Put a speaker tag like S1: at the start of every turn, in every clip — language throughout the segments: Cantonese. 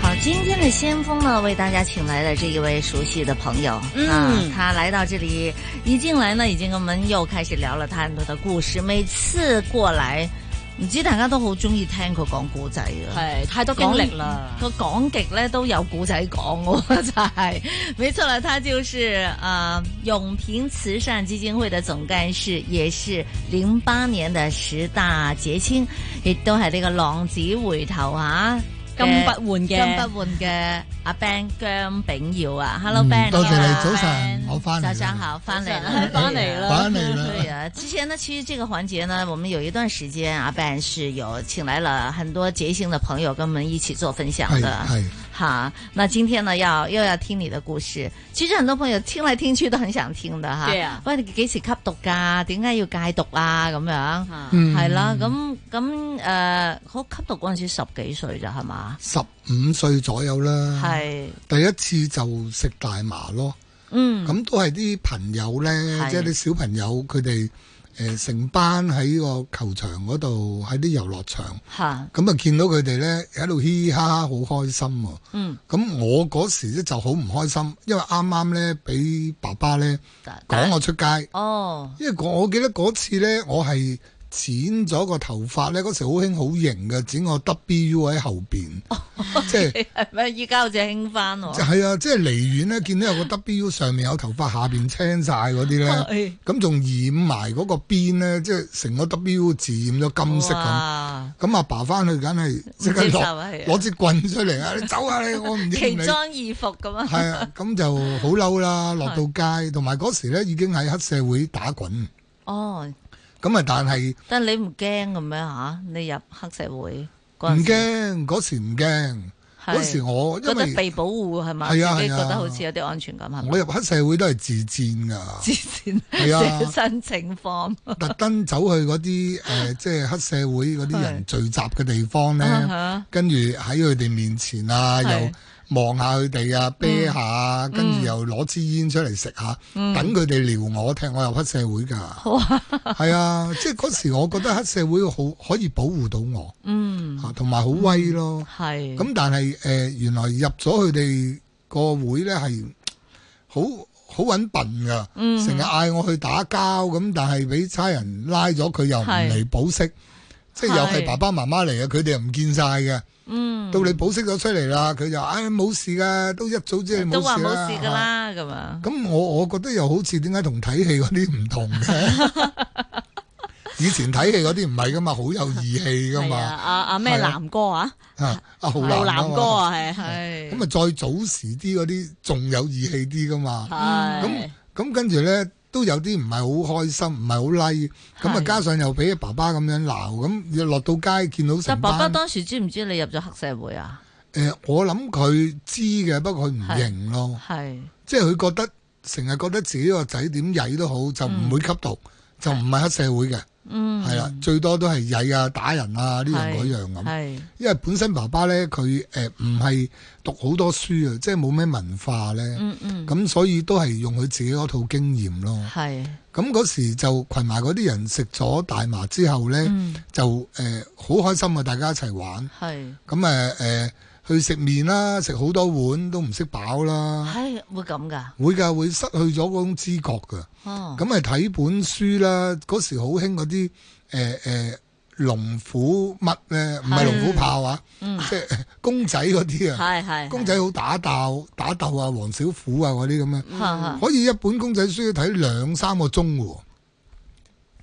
S1: 好，今天的先锋呢，为大家请来了这一位熟悉的朋友，
S2: 嗯
S1: 啊，他来到这里一进来呢，已经跟我们又开始聊了他很多的故事。每次过来，唔知大家都好中意聽佢講古仔啊。
S2: 係太多經歷啦。
S1: 個講極咧都有古仔講喎， 真係。沒錯啦，他就是呃永平慈善基金會的總幹事，也是零八年的十大傑青，亦都係呢個浪子回頭啊。
S2: 金不換嘅
S1: 金不換嘅阿 Ben 姜炳耀啊，Hello
S3: 嗯
S1: Ben，
S3: 多謝
S1: 你
S3: 你，
S1: 好
S3: 早
S1: ，Ben
S3: 晨，我翻嚟啦，
S1: 早上好，翻嚟
S2: 早，
S1: 啦
S2: 上翻嚟啦
S3: 翻嚟
S1: 对
S3: 啦，
S1: 啊，之前呢，其实这个环节呢，我们有一段时间，阿 Ben 是有请来了很多捷星的朋友跟我们一起做分享的。
S3: 係
S1: 好，那今天呢，要又要听你的故事。其实很多朋友听来听去都很想听的哈。
S2: 對啊
S1: 喂，你几时吸毒噶？点解要戒毒啊？咁样
S2: 啊
S3: 嗯
S1: 系啦。咁咁诶，好吸毒嗰阵时十几岁咋系嘛？
S3: 十五歲左右啦，
S1: 系，
S3: 第一次就食大麻咯，
S1: 嗯，
S3: 咁都係啲朋友咧
S1: 係，
S3: 即係啲小朋友佢哋誒成班喺個球場嗰度，喺啲遊樂場，
S1: 吓，
S3: 咁啊見到佢哋咧喺度嘻嘻哈哈，好開心喎。
S1: 嗯，
S3: 咁我嗰時咧就好唔開心，因為啱啱咧俾爸爸咧
S1: 打打
S3: 趕我出街。
S1: 哦，
S3: 因為我我記得嗰次咧，我係剪咗個頭髮咧，嗰時好興好型嘅，剪個 W 喺後 邊，即係
S1: 系咪依家好似興翻喎？
S3: 係啊，即係離遠咧見到有個 W 上面有頭髮，下邊青晒嗰 啲咧，
S1: 係
S3: 咁仲染埋嗰個邊咧，即係成個 W 字染咗金色咁。
S1: 哇
S3: 咁阿爸翻去梗係即刻
S1: 唔接受
S3: 攞
S1: 啊係啊
S3: 攞支棍出 嚟啊！你走啊你，我唔
S1: 奇
S3: 應你。
S1: 裝異服咁啊！
S3: 係啊，咁就好嬲啦，落到街，同埋嗰時咧已經喺黑社會打滾，
S1: 哦，
S3: 咁啊但係。
S1: 但你唔驚咁樣吓？你入黑社會嗰
S3: 唔
S1: 陣時，
S3: 驚，嗰時唔驚。
S1: 係
S3: 嗰時我因
S1: 覺得
S3: 為
S1: 被保護係嘛？自己
S3: 係啊
S1: 覺
S3: 係啊
S1: 得好似有啲安全感係嘛？
S3: 我入黑社會都係自薦㗎，
S1: 之前
S3: 係啊
S1: 寫申請 form，
S3: 特登走去 嗰啲誒，即係黑社會嗰啲人聚集嘅地方
S1: 啊
S3: 咧，
S1: 哈
S3: 跟住喺佢哋面前啊，
S1: 係嗯
S3: 又望下佢哋啊，啤下啊，跟住又攞支煙出嚟食下，
S1: 嗯
S3: 等佢哋撩我，踢我入黑社會㗎。 係啊，即係嗰時我覺得黑社會好可以保護到我，
S1: 嗯，
S3: 啊同埋好威咯。
S1: 係
S3: 咁但係誒、呃原來入咗佢哋個會咧係好好揾笨噶，成日嗌我去打交咁，但係俾差人拉咗佢又唔
S1: 係
S3: 嚟保釋，即係又係
S1: 係
S3: 爸爸媽媽嚟嘅，佢哋又唔見晒嘅。
S1: 嗯，
S3: 到你保釋咗出嚟啦，佢就唉冇事噶，都一早知你
S1: 都
S3: 冇
S1: 話
S3: 事啊
S1: 冇事㗎
S3: 啦。
S1: 啦咁啊！
S3: 咁我我覺得又好似點解同睇戲嗰啲唔同嘅？以前睇戲嗰啲唔係噶嘛，好有義氣噶
S2: 係啊，
S3: 嘛，
S2: 阿阿咩
S3: 係啊
S2: 南哥啊，
S3: 啊阿浩
S2: 浩
S3: 南啊
S2: 南
S3: 嘛
S2: 哥啊，係啊
S1: 係
S3: 咁啊，再早時啲嗰啲仲有義氣啲噶
S1: 嗯
S3: 嘛。
S2: 係
S3: 咁跟住咧都有啲唔係好開心，唔係好 like。咁啊，
S1: 係
S3: 加上又俾爸爸咁樣鬧，咁又落到街見到
S1: 但
S3: 成
S1: 爸爸
S3: 班。
S1: 當時知唔知你入咗黑社會啊？
S3: 誒、我諗佢知嘅，不過佢唔
S1: 係
S3: 認咯。
S1: 係
S3: 即係佢覺得成日覺得自己個仔點曳都好，就唔會吸毒，就唔係黑社會嘅，
S1: 嗯
S3: 係啦，最多都係曳啊、打人啊呢樣嗰樣咁。
S1: 係
S3: 因為本身爸爸咧，佢誒唔係讀好多書啊，即係冇咩文化咧。
S1: 嗯嗯
S3: 咁所以都係用佢自己嗰套經驗咯。
S1: 係
S3: 咁嗰時就群埋嗰啲人食咗大麻之後呢，
S1: 嗯
S3: 就誒好、開心啊！大家一齊玩，
S1: 係
S3: 咁誒誒去食麵啦，食好多碗都唔識飽啦，
S1: 係會咁㗎
S3: 會㗎會失去咗嗰種知覺㗎。
S1: 哦
S3: 咁係睇本書啦，嗰時好興嗰啲呃誒誒龍虎乜呢？唔係龍虎豹啊，
S1: 嗯
S3: 即係呃公仔嗰啲啊，
S2: 係係
S3: 公仔好打鬥打鬥啊，黃小虎啊嗰啲咁樣。
S1: 哈哈
S3: 可以一本公仔書睇兩三個鐘喎，唔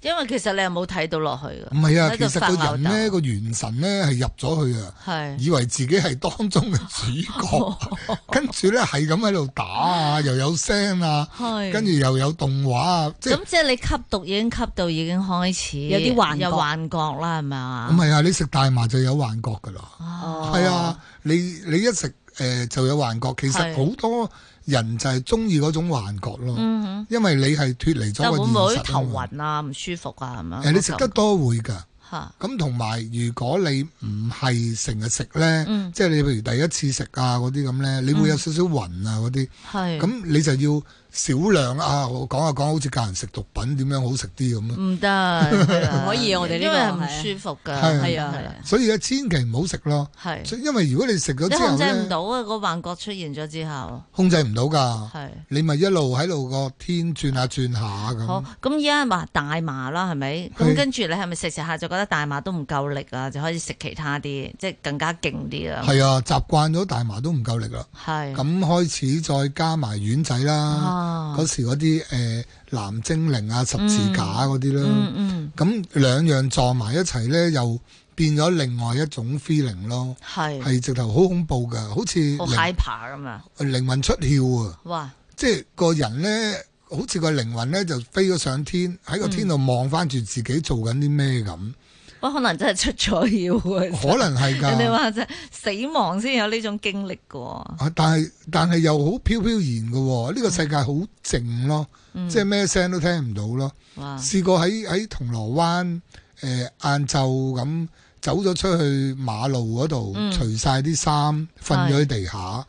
S1: 因為其實你又冇睇到落去嘅，
S3: 係啊，
S1: 喺
S3: 其
S1: 度
S3: 實
S1: 發
S3: 個
S1: 吽嗯
S3: 人
S1: 豆
S3: 呢個元神呢係入咗去啊，
S1: 係
S3: 以為自己係當中嘅主 角，跟住呢係咁喺度打啊，又有聲啊，
S1: 係
S3: 跟住又有動畫啊，即係
S1: 咁即係你吸毒已經吸到已經開始
S2: 有啲幻覺
S1: 有幻覺啦，係咪
S3: 唔
S1: 啊？
S3: 係啊？你食大麻就有幻覺㗎啦，啊
S1: 哦
S2: 哦
S3: 係啊，你你一食誒就有幻覺，其實
S1: 係
S3: 好多人就係中意嗰種幻覺咯，
S1: 嗯哼，
S3: 因為你係脱離咗
S1: 但
S3: 個
S1: 會唔
S3: 現
S1: 會
S3: 實啊
S1: 頭
S3: 嘛。
S1: 暈啊、唔舒服啊咁
S3: 誒，
S1: 樣？
S3: 你食得多會㗎。
S1: 嚇，
S3: 咁同埋，如果你唔係成日食呢，
S1: 嗯
S3: 即係你譬如第一次食啊嗰啲咁呢，你會有少少暈啊嗰啲，
S1: 係
S3: 咁、你就要少量啊。我講下講，好似教人食毒品點樣好食啲咁咯。
S1: 唔 得，
S2: 唔可以我哋呢個
S1: 因為唔
S2: 係啊
S1: 舒服㗎，
S3: 係啊
S1: 係啊
S2: 係
S1: 係
S2: 啊
S1: 啊
S3: 所以咧，千祈唔好食咯。
S1: 係，
S3: 所以因為如果你食咗
S1: 你
S3: 之
S1: 嗯控
S3: 後
S1: 制唔
S3: 呢，
S1: 到啊！個幻覺出現咗之後，
S3: 控制唔到㗎，
S1: 係。
S3: 你咪一路喺度個天轉下轉下咁。
S1: 好，咁依家話大麻啦，係咪？咁
S3: 嗯係
S1: 跟住你係咪食食下就覺得大麻都唔夠力啊？就開始食其他啲，即係更加勁啲啊？
S3: 係啊，習慣咗大麻都唔夠力啦，
S1: 係
S3: 咁開始再加埋丸仔啦，
S1: 嗯啊
S3: 嗰、，時嗰啲誒藍精靈啊、十字架嗰啲啦。
S1: 嗯嗯，
S3: 咁兩樣撞埋一齊呢，又變咗另外一種 feeling 咯，
S1: 係
S3: 係直頭好恐怖㗎，好似
S1: 嗯好
S3: 靈
S1: hyper 咁啊！
S3: 靈魂出竅啊！
S1: 哇，
S3: 即係個人呢，好似個靈魂呢，就飛咗上天，喺個
S1: 嗯
S3: 天度望翻住自己做緊啲咩咁，
S1: 哇，可能真係出咗竅 啊！
S3: 可能 係
S1: 人哋
S3: 㗎。
S1: 話就死亡先有呢種經歷嘅喎，
S3: 啊但係但係又好飄飄然㗎喎，呢個世界好靜咯，
S1: 嗯
S3: 即係咩聲都聽唔到咯。
S1: 哇，
S3: 試過喺喺銅鑼灣誒晏晝咁走咗出去馬路嗰度
S1: 嗯，
S3: 除晒啲衫，瞓咗喺地下，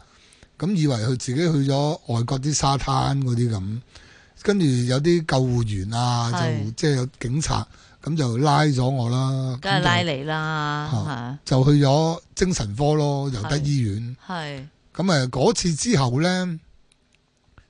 S3: 咁以為佢自己去咗外國啲沙灘嗰啲咁，跟住有啲救護員啊，
S1: 係
S3: 就即係有警察咁就拉咗我啦，
S1: 梗係拉
S3: 咁
S1: 你啦，
S3: 就就去咗精神科咯，由得
S1: 係
S3: 醫院。
S1: 係係
S3: 咁誒嗰次之後呢，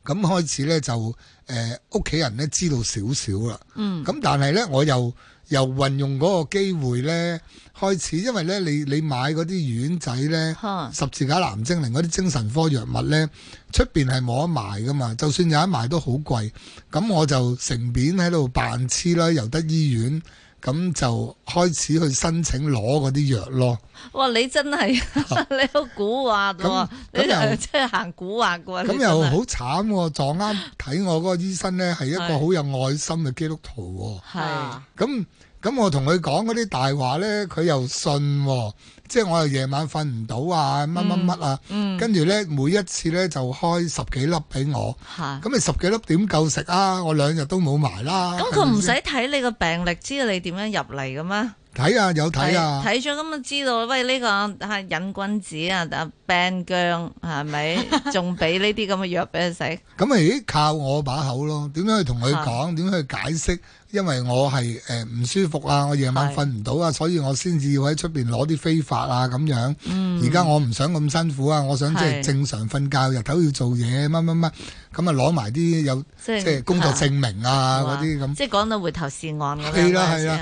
S3: 咁開始呢，就誒屋企人呢知道少少啦。
S1: 嗯
S3: 咁但係呢，我又又運用嗰個機會呢，開始因為呢，你你買嗰啲丸仔呢，
S1: 嚇
S3: 十字架藍精靈嗰啲精神科藥物呢，出邊係冇得賣噶嘛，就算有得賣都好貴。咁我就成片喺度扮黐啦，由得醫院咁就開始去申請攞嗰啲藥咯。
S1: 哇！你真係 你好古惑喎
S3: 咁，
S1: 你
S3: 咁又
S1: 真係行古惑嘅喎，
S3: 咁
S1: 你
S3: 又
S1: 真
S3: 好慘喎、撞啱睇我嗰個醫生呢，係一個
S1: 係
S3: 好有愛心嘅基督徒
S1: 係
S2: 啊
S3: 喎、咁咁我同佢講嗰啲大話呢，佢又信喎、即係我又夜晚瞓唔到啊，乜乜乜啊，
S1: 嗯
S3: 跟住呢，每一次呢就開十幾粒俾我，
S1: 係。
S3: 咁你十幾粒點夠食啊？我兩日都冇埋啦。
S1: 咁
S3: 係
S1: 佢
S3: 咪
S1: 唔使
S3: 哦先
S1: 睇你個病歷，知道你點樣入嚟嘅咩？
S3: 睇啊，有睇啊，
S1: 睇咗咁就知道，喂呢、個啊癮君子啊，啊 ban 姜係 咪？仲俾呢啲咁嘅藥俾佢食？
S3: 咁咪咦靠我把口咯，點樣去同佢講，點樣去解釋？因為我係誒唔舒服啊，我夜晚
S1: 係
S3: 瞓唔到啊，所以我先至要喺出邊攞啲非法啊咁樣。
S1: 嗯
S3: 而家我唔想咁辛苦啊，我想即
S1: 係
S3: 係正常瞓覺，日頭要做嘢，乜乜乜，咁啊攞埋啲有
S1: 即
S3: 即係工作證明啊嗰啲咁。
S1: 即係講到回頭是岸咁樣。
S3: 係啦
S1: 嗰陣時
S3: 係啦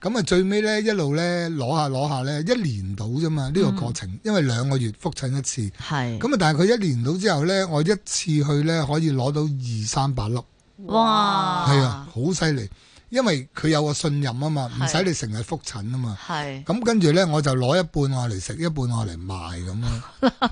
S1: 係
S3: 咁啊最尾呢，一路呢攞下攞下呢，一年到啫嘛呢
S1: 嗯
S3: 個過程，因為兩個月覆診一次。
S1: 係。
S3: 咁啊但係佢一年到之後呢，我一次去呢可以攞到二三百粒。
S1: 哇！
S3: 係啊，，好犀利，因為佢有個信任啊嘛，
S1: 係
S3: 唔使你成日覆診啊嘛。
S1: 係
S3: 咁跟住呢，我就攞一半我嚟食，一半我嚟賣咁咯。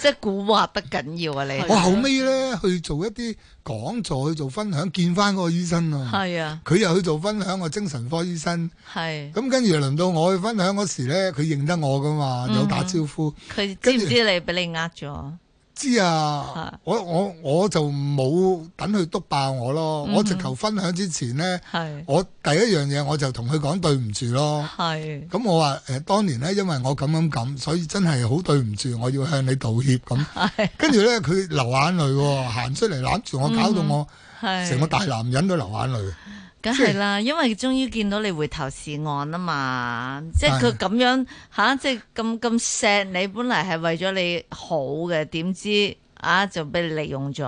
S1: 即係古惑得緊要啊！你
S3: 我後尾呢，去做一啲講座，去做分享，見翻個醫生啊。
S1: 係啊，
S3: 佢又去做分享，個精神科醫生。
S1: 係
S3: 咁跟住輪到我去分享嗰時呢，佢認得我噶嘛，
S1: 嗯
S3: 有打招呼。
S1: 佢知
S3: 跟
S1: 唔
S3: 住
S1: 知你俾你呃咗？
S3: 知啊，我我我就冇等佢督爆我咯。
S1: 嗯
S3: 我直頭分享之前呢，
S1: 係
S3: 我第一樣嘢我就同佢講對唔住咯。
S1: 係
S3: 咁我話誒、呃、當年咧，因為我咁咁咁，所以真係好對唔住，我要向你道歉咁。跟住咧，佢流眼淚喎，行出嚟攬住我，搞到我
S1: 嗯係
S3: 成個大男人都流眼淚。
S1: 梗係啦，因為終於見到你回頭是岸啊嘛，即係佢咁樣吓、即係咁咁錫你，本嚟係為咗你好嘅，點知啊就俾你利用咗，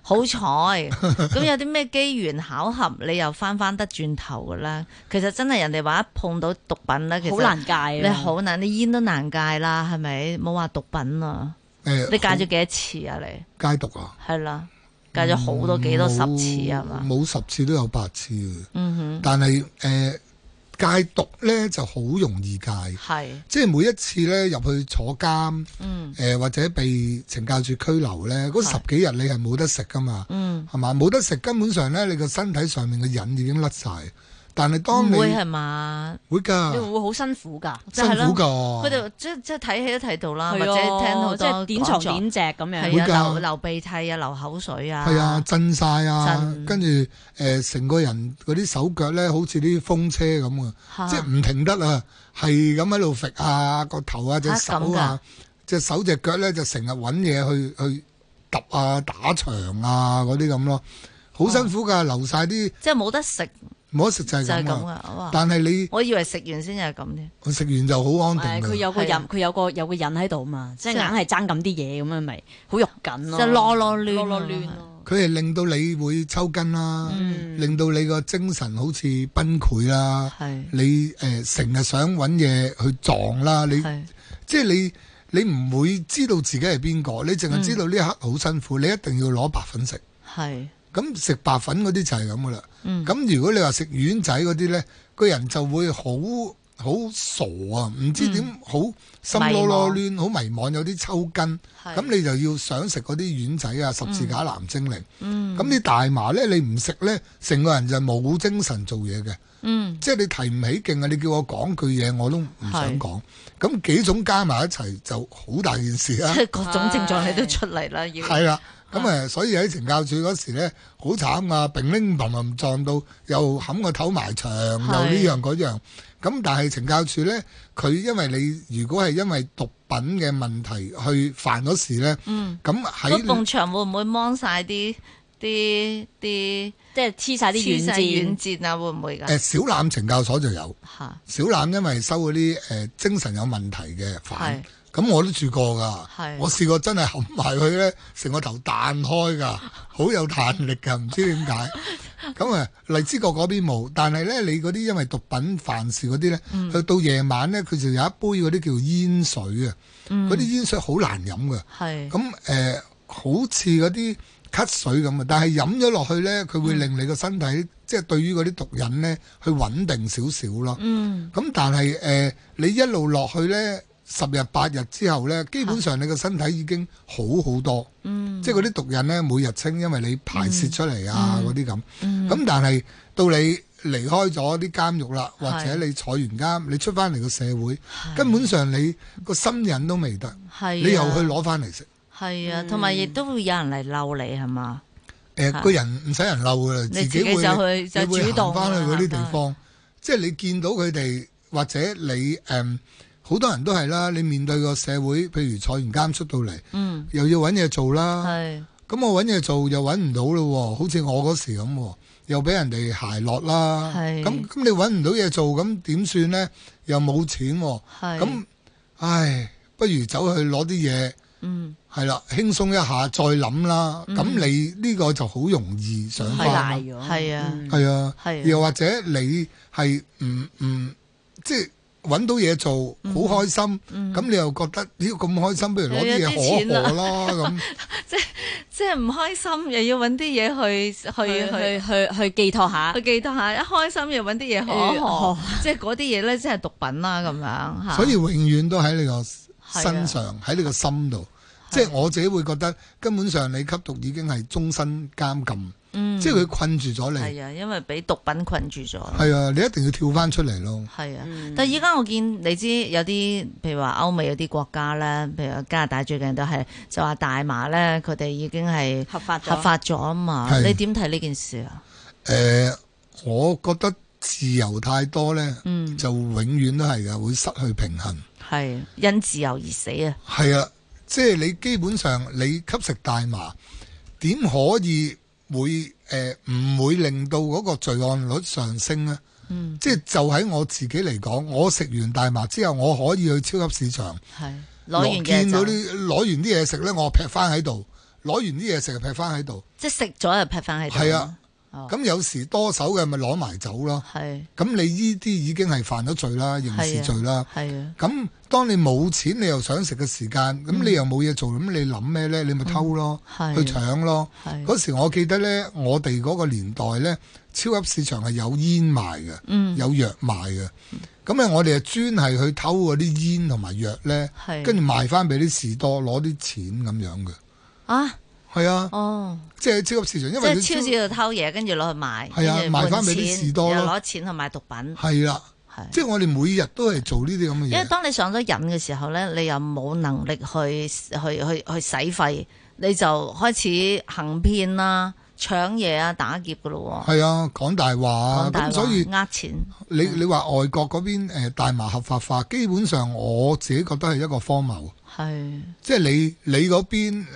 S1: 好 彩咁有啲咩機緣巧合，你又翻翻得轉頭噶啦。其實真係人哋話一碰到毒品咧，其
S2: 好
S1: 實
S2: 難戒啊！
S1: 你好難，你煙都難戒啦，係咪？冇話毒品啊，
S3: 誒，
S1: 你戒咗幾多次啊？你
S3: 好戒毒啊？
S1: 係啦，戒咗好多幾多十次啊係
S3: 冇
S1: 嘛？
S3: 冇十次都有八次嘅，
S1: 嗯
S3: 但係誒、呃戒毒咧就好容易戒，
S1: 哼，係，
S3: 即係每一次咧入去坐監誒、
S1: 嗯
S3: 呃或者被懲教處拘留咧，嗰十幾日你係冇得食噶嘛。
S1: 嗯。
S3: 係嘛？冇得食，根本上咧，你個身體上面嘅癮已經甩晒。但係當你
S1: 唔會係嘛？
S3: 會
S2: 你
S3: 㗎，
S2: 會好辛苦㗎，
S1: 就
S3: 辛
S1: 係咯
S3: 苦
S1: 佢
S3: 㗎。
S1: 哋即即係睇戲都睇到啦，啊或
S2: 係
S1: 者
S2: 啊
S1: 聽好
S2: 即
S1: 多
S2: 係點
S1: 講
S2: 床
S1: 座
S2: 點隻咁樣。
S1: 係
S3: 會
S1: 啊，
S3: 㗎
S1: 流流鼻涕啊，流口水啊，
S3: 係啊，震晒啊
S1: 震，
S3: 跟住誒成個人嗰啲手腳咧，好似啲風車咁啊，
S1: 嚇，
S3: 即係唔停得啊，係咁喺度揈啊個頭啊隻
S1: 嚇咁
S3: 手
S1: 㗎
S3: 啊，隻手隻腳咧就成日揾嘢去去揼啊打牆啊嗰啲咁咯，
S1: 啊
S3: 好辛苦㗎，流晒啲
S1: 即係冇得食
S3: 冇得食就
S1: 就
S3: 係
S1: 係
S3: 咁
S1: 咁
S3: 啊。
S1: 噶。哇！
S3: 但係你
S1: 我以為食完先係咁添，
S3: 我食完就好安
S2: 誒
S3: 定
S2: 佢
S3: 㗎，
S2: 有個
S1: 係啊
S2: 人，佢有個有個人喺度嘛，即係
S1: 即係
S2: 硬係爭咁啲嘢咁樣，咪好肉緊咯，
S1: 就囉囉攣
S2: 囉
S1: 啊
S2: 囉攣。咯。
S3: 佢係令到你會抽筋啦，
S1: 嗯
S3: 令到你個精神好似崩潰啦，
S1: 係
S3: 你誒成日想揾嘢去撞啦，你
S1: 係
S3: 即係你你唔會知道自己係邊個，你淨
S1: 嗯
S3: 係知道呢一刻好辛苦，你一定要攞白粉食。
S1: 係
S3: 咁食白粉嗰啲就係咁噶啦。
S1: 嗯
S3: 咁、如果你話食丸仔嗰啲呢，個人就會好好傻啊，唔知
S1: 嗯
S3: 點好心囉囉攣，好迷茫，有啲抽筋。
S1: 係
S3: 咁你就要想食嗰啲丸仔啊、十字架藍精靈。
S1: 嗯
S3: 咁啲大麻呢，你唔食呢，成個人就冇精神做嘢嘅。
S1: 嗯
S3: 即係你提唔起勁啊！你叫我講句嘢我都唔想講。咁幾種加埋一齊就好大件事啦
S1: 即。係各種症狀你都出嚟啦，要
S3: 啊係啦，咁誒，所以喺懲教署嗰時咧，好慘啊！並拎冧冧撞到，又冚個頭埋牆，又呢樣嗰樣。咁但係懲教署咧，佢因為你如果係因為毒品嘅問題去犯咗事咧，
S1: 嗯，
S3: 咁
S1: 嗰
S3: 喺
S1: 埲牆會唔會掹晒啲啲啲
S2: 即係黐晒啊啲
S1: 黐
S2: 軟
S1: 晒軟
S2: 墊，
S1: 墊啊？會唔會㗎
S3: 誒？小欖懲教所就有
S1: 嚇
S3: 小欖，因為收嗰啲誒精神有問題嘅犯
S1: 係。
S3: 咁我都住過㗎
S1: 係，
S3: 我試過真係冚埋佢咧，成個頭彈 開㗎，好有彈力㗎，唔知點解。咁啊，荔枝角嗰邊冇，但係咧，你嗰啲因為毒品犯事嗰啲咧，
S1: 嗯
S3: 去到夜晚咧，佢就有一杯嗰啲叫煙水啊，
S1: 嗯
S3: 嗰啲煙水好難飲㗎。
S1: 係
S3: 咁誒、呃好似嗰啲咳水咁啊，但係飲咗落去咧，佢
S1: 嗯
S3: 會令你個身體、即係對於嗰啲毒癮咧，去穩定少少咯。
S1: 嗯
S3: 咁但係誒、呃你一路落去呢，十日八日之後呢，基本上你個身體已經好好多，
S1: 嗯
S3: 即係嗰啲毒癮呢，每日清，因為你排泄出嚟啊嗰啲咁。咁、
S1: 嗯
S3: 但係到你離開咗啲監獄啦，或
S1: 係
S3: 者你坐完監，你出翻嚟個社會，根本上你個心癮都未得，
S1: 係
S3: 你又
S1: 啊
S3: 去攞翻嚟食。
S1: 係
S3: 嗯
S1: 啊，同埋亦都會有人嚟嬲你係嘛？
S3: 誒、
S1: 嚇
S3: 個人唔使人嬲噶啦，
S1: 你
S3: 己
S1: 自己
S3: 會
S1: 就去就
S3: 你會
S1: 主動
S3: 行翻去嗰啲地
S1: 啦
S3: 方，即係你見到佢哋或者你誒好、多人都係啦，你面對個社會，譬如坐完監出到嚟，
S1: 嗯，
S3: 又要揾嘢做啦，
S1: 係
S3: 咁我揾嘢做又揾唔到咯喎，好似我嗰時咁喎，又俾人哋奚落啦，
S1: 係
S3: 咁咁你揾唔到嘢做，咁點算呢？又冇錢喎，
S1: 係
S3: 咁唉，不如走去攞啲嘢。
S1: 嗯
S3: 係啦，輕鬆一下再諗啦。咁、你呢個就好容易上
S2: 黐
S1: 係
S3: 翻
S1: 啦
S2: 晒
S3: 啦。
S2: 咗，
S1: 係啊
S2: 嗯
S3: 係啊，
S1: 係啊
S3: 又或者你係唔唔即係揾到嘢做，好開心。咁、你又覺得咦咁開心，不如攞啲
S1: 嗯又有啲
S3: 嘢
S1: 錢啦
S3: 可可啦咁。
S1: 即係唔開心又要揾啲嘢去去去。哎
S2: 去去去去寄託下
S1: 我，記得下，一開心又揾啲嘢可
S2: 哦
S1: 可，即係嗰啲嘢咧，即係毒品啦咁樣 嚇。啊
S3: 所以永遠都喺你個身上，喺你個心度。即係我自己會覺得，根本上你吸毒已經係終身監禁，
S1: 嗯
S3: 即係佢困住咗你。
S1: 係啊，因為俾毒品困住咗。
S3: 係啊，你一定要跳翻出嚟咯。
S1: 係啊，但係依家我見你知有啲，譬如話歐美有啲國家咧，譬如加拿大最近都係就話大麻咧，佢哋已經係
S2: 合法咗
S1: 合法咗啊嘛。
S3: 係
S1: 你點睇呢件事啊？
S3: 誒、呃我覺得自由太多呢，
S1: 嗯
S3: 就永遠都係㗎，會失去平衡。
S1: 係因自由而死啊！
S3: 係啊，即係你基本上你吸食大麻，點可以會誒唔、會令到嗰個罪案率上升呢？
S1: 嗯
S3: 即係就喺我自己嚟講，我食完大麻之後，我可以去超級市場
S1: 係攞完嘢
S3: 見到
S1: 就
S3: 啲攞完啲嘢食呢，我劈翻喺度；攞完啲嘢食就劈翻喺度。
S1: 即係食咗就劈翻喺度。
S3: 係啊，
S1: 哦，
S3: 咁有時多手嘅咪攞埋走咯。
S1: 係
S3: 咁你呢啲已經係犯咗罪啦，刑事罪啦。
S1: 係啊，
S3: 咁當你冇錢，你又想食嘅時間，咁你又冇嘢做，咁你諗咩呢？你咪偷咯，
S1: 嗯
S3: 去
S1: 係
S3: 搶咯。
S1: 係
S3: 嗰時我記得呢，我哋嗰個年代呢，超級市場係有煙賣嘅，
S1: 嗯
S3: 有藥賣嘅。咁啊咧，我哋係專係去偷嗰啲煙同埋藥呢，
S1: 係
S3: 跟住賣翻俾啲士多攞啲錢咁樣嘅。
S1: 啊！
S3: 係啊，
S1: 哦，
S3: 即係超級市場，因
S1: 即
S3: 為
S1: 係
S3: 你
S1: 超市度偷嘢，跟住攞去賣，
S3: 係
S1: 跟
S3: 啊
S1: 住
S3: 賣
S1: 換
S3: 返俾啲
S1: 錢
S3: 士多咯
S1: 又攞錢去買毒品，
S3: 係啦，
S1: 係。
S3: 即係我哋每日都係做呢啲咁嘅
S1: 因為
S3: 嘢。
S1: 當你上咗癮嘅時候咧，你又冇能力去去去去使費，你就開始行騙啦、搶嘢啊、打劫噶咯
S3: 係啊，講大話
S1: 喎，
S3: 啊，
S1: 講大話
S3: 咁所以
S1: 呃錢
S3: 你你話外國嗰邊誒大麻合法化，基本上我自己覺得係一個荒謬。
S1: 係
S3: 即係你你嗰邊，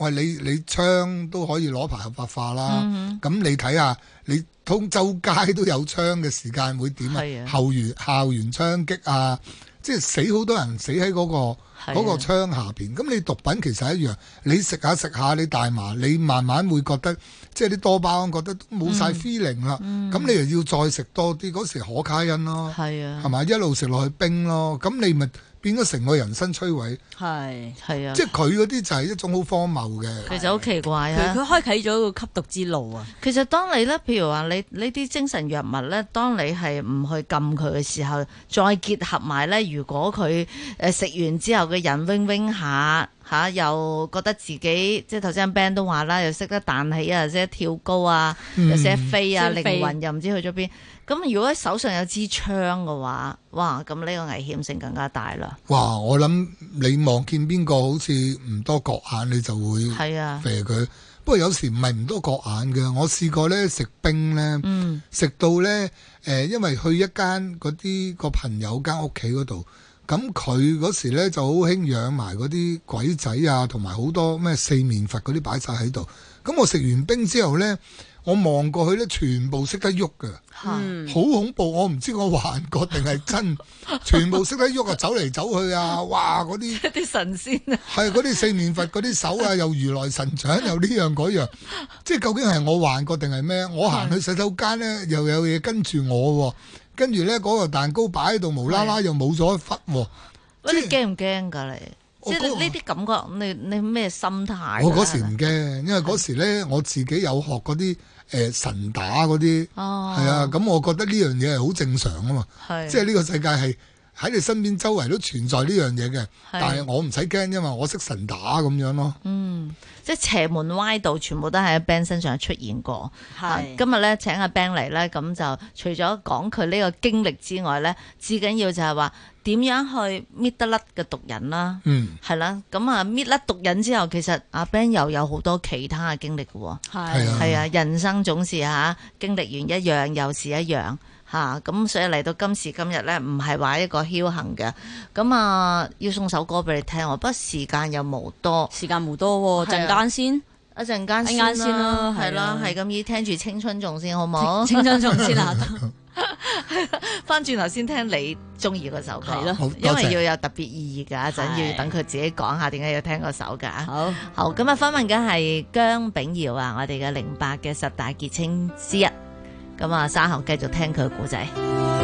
S3: 喂你你槍都可以攞牌合法化啦。
S1: 嗯
S3: 咁、你睇下，你通周街都有槍嘅時間會點
S1: 係啊
S3: 啊？後園校園槍擊啊，即係死好多人死喺嗰、
S1: 係啊
S3: 個嗰個槍下邊。咁你毒品其實一樣，你食下食下你大麻，你慢慢會覺得即係啲多巴胺覺得都冇晒
S1: 嗯
S3: feeling 啦。咁、你又要再食多啲，嗰時可卡因咯，
S1: 係
S3: 係
S1: 啊
S3: 咪一路食落去冰咯？咁你咪變咗成個人生摧毀。
S2: 係
S1: 係啊
S3: 即，係佢嗰啲就係一種好荒謬嘅，
S1: 其實好奇怪
S2: 佢
S1: 啊！
S2: 佢開啟咗個吸毒之路啊！
S1: 其實當你咧，譬如話你呢啲精神藥物咧，當你係唔去禁佢嘅時候，再結合埋咧，如果佢誒食完之後嘅人 wing wing 下嚇、又覺得自己即係頭先阿 Ben 都話啦，又識得彈起啊，即係跳高啊，
S3: 嗯
S1: 又識得飛啊，
S2: 嗯識得
S1: 靈
S2: 飛
S1: 魂又唔知去咗邊。咁如果手上有支槍嘅話，哇！咁呢個危險性更加大啦。
S3: 哇！我諗你望見邊個好似唔多角眼，你就會
S2: 嗯
S1: 係啊，
S3: 肥佢。不過有時唔係唔多角眼嘅，我試過咧食冰咧，
S1: 嗯，
S3: 食到咧誒、呃因為去一間嗰啲個朋友間屋企嗰度，咁佢嗰時咧就好興養埋嗰啲鬼仔啊，同埋好多咩四面佛嗰啲擺晒喺度。咁我食完冰之後咧，我望過去咧，全部識得喐㗎。
S1: 嚇、
S3: 好恐怖！我唔知我幻覺定係 真，全部識得喐啊，走嚟走去啊，哇！嗰啲
S1: 一啲神仙啊，
S3: 係嗰啲四面佛嗰啲手 啊，又如來神掌，又呢樣嗰樣，即係究竟係我幻覺定係咩？我行去洗手間呢，又有嘢跟住我喎，跟住呢嗰個蛋糕擺喺度，無啦啦又冇咗一忽喎。
S1: 喂，你
S3: 即
S1: 驚唔驚㗎你？即
S3: 我
S1: 係
S3: 嗰
S1: 呢啲感覺，你你咩心態㗎？
S3: 我嗰時唔驚，因為嗰時呢，我自己有學嗰啲誒神打嗰啲，
S1: 哦，
S3: 係啊，，咁我覺得呢樣嘢係好正常啊嘛。
S1: 係
S3: 即係呢個世界係喺你身邊周圍都存在呢樣嘢嘅，但係
S1: 係
S3: 我唔使驚，因為我識神打咁樣咯。
S1: 嗯，即係邪門歪道，全部都喺阿 Ben 身上出現過。啊
S2: 係
S1: 今日咧請阿 Ben 嚟咧，咁就除咗講佢呢個經歷之外咧，至緊要就係話點樣去搣得甩嘅毒癮啦。
S3: 嗯，
S1: 係啦，咁啊搣甩毒癮之後，其實阿 Ben 又有好多其他嘅經歷嘅喎。
S3: 係啊
S1: 係啊，人生總是吓、啊經歷完一樣又是一樣吓，咁、所以嚟到今時今日咧，唔係話一個僥倖嘅，咁啊要送首歌俾你聽喎，我不過時間又冇多，
S2: 時間無多喎，
S1: 係啊
S2: 陣間先，
S1: 一陣間
S2: 一陣間
S1: 先
S2: 先
S1: 啦
S2: 啦，
S1: 係啦，
S2: 係啊
S1: 係咁依聽住青春頌先好冇？
S2: 青春仲先啊，
S1: 翻轉頭先聽你中意嗰首歌，
S2: 係咯
S3: 好多
S1: 因
S3: 謝
S1: 為要有特別意義㗎，一陣要
S2: 係
S1: 等佢自己講下點解要聽嗰首㗎。
S2: 好，
S1: 好，今日訪問嘅係姜炳耀啊，我哋嘅零八嘅十大傑青之一。咁啊，稍後繼續聽佢嘅故仔。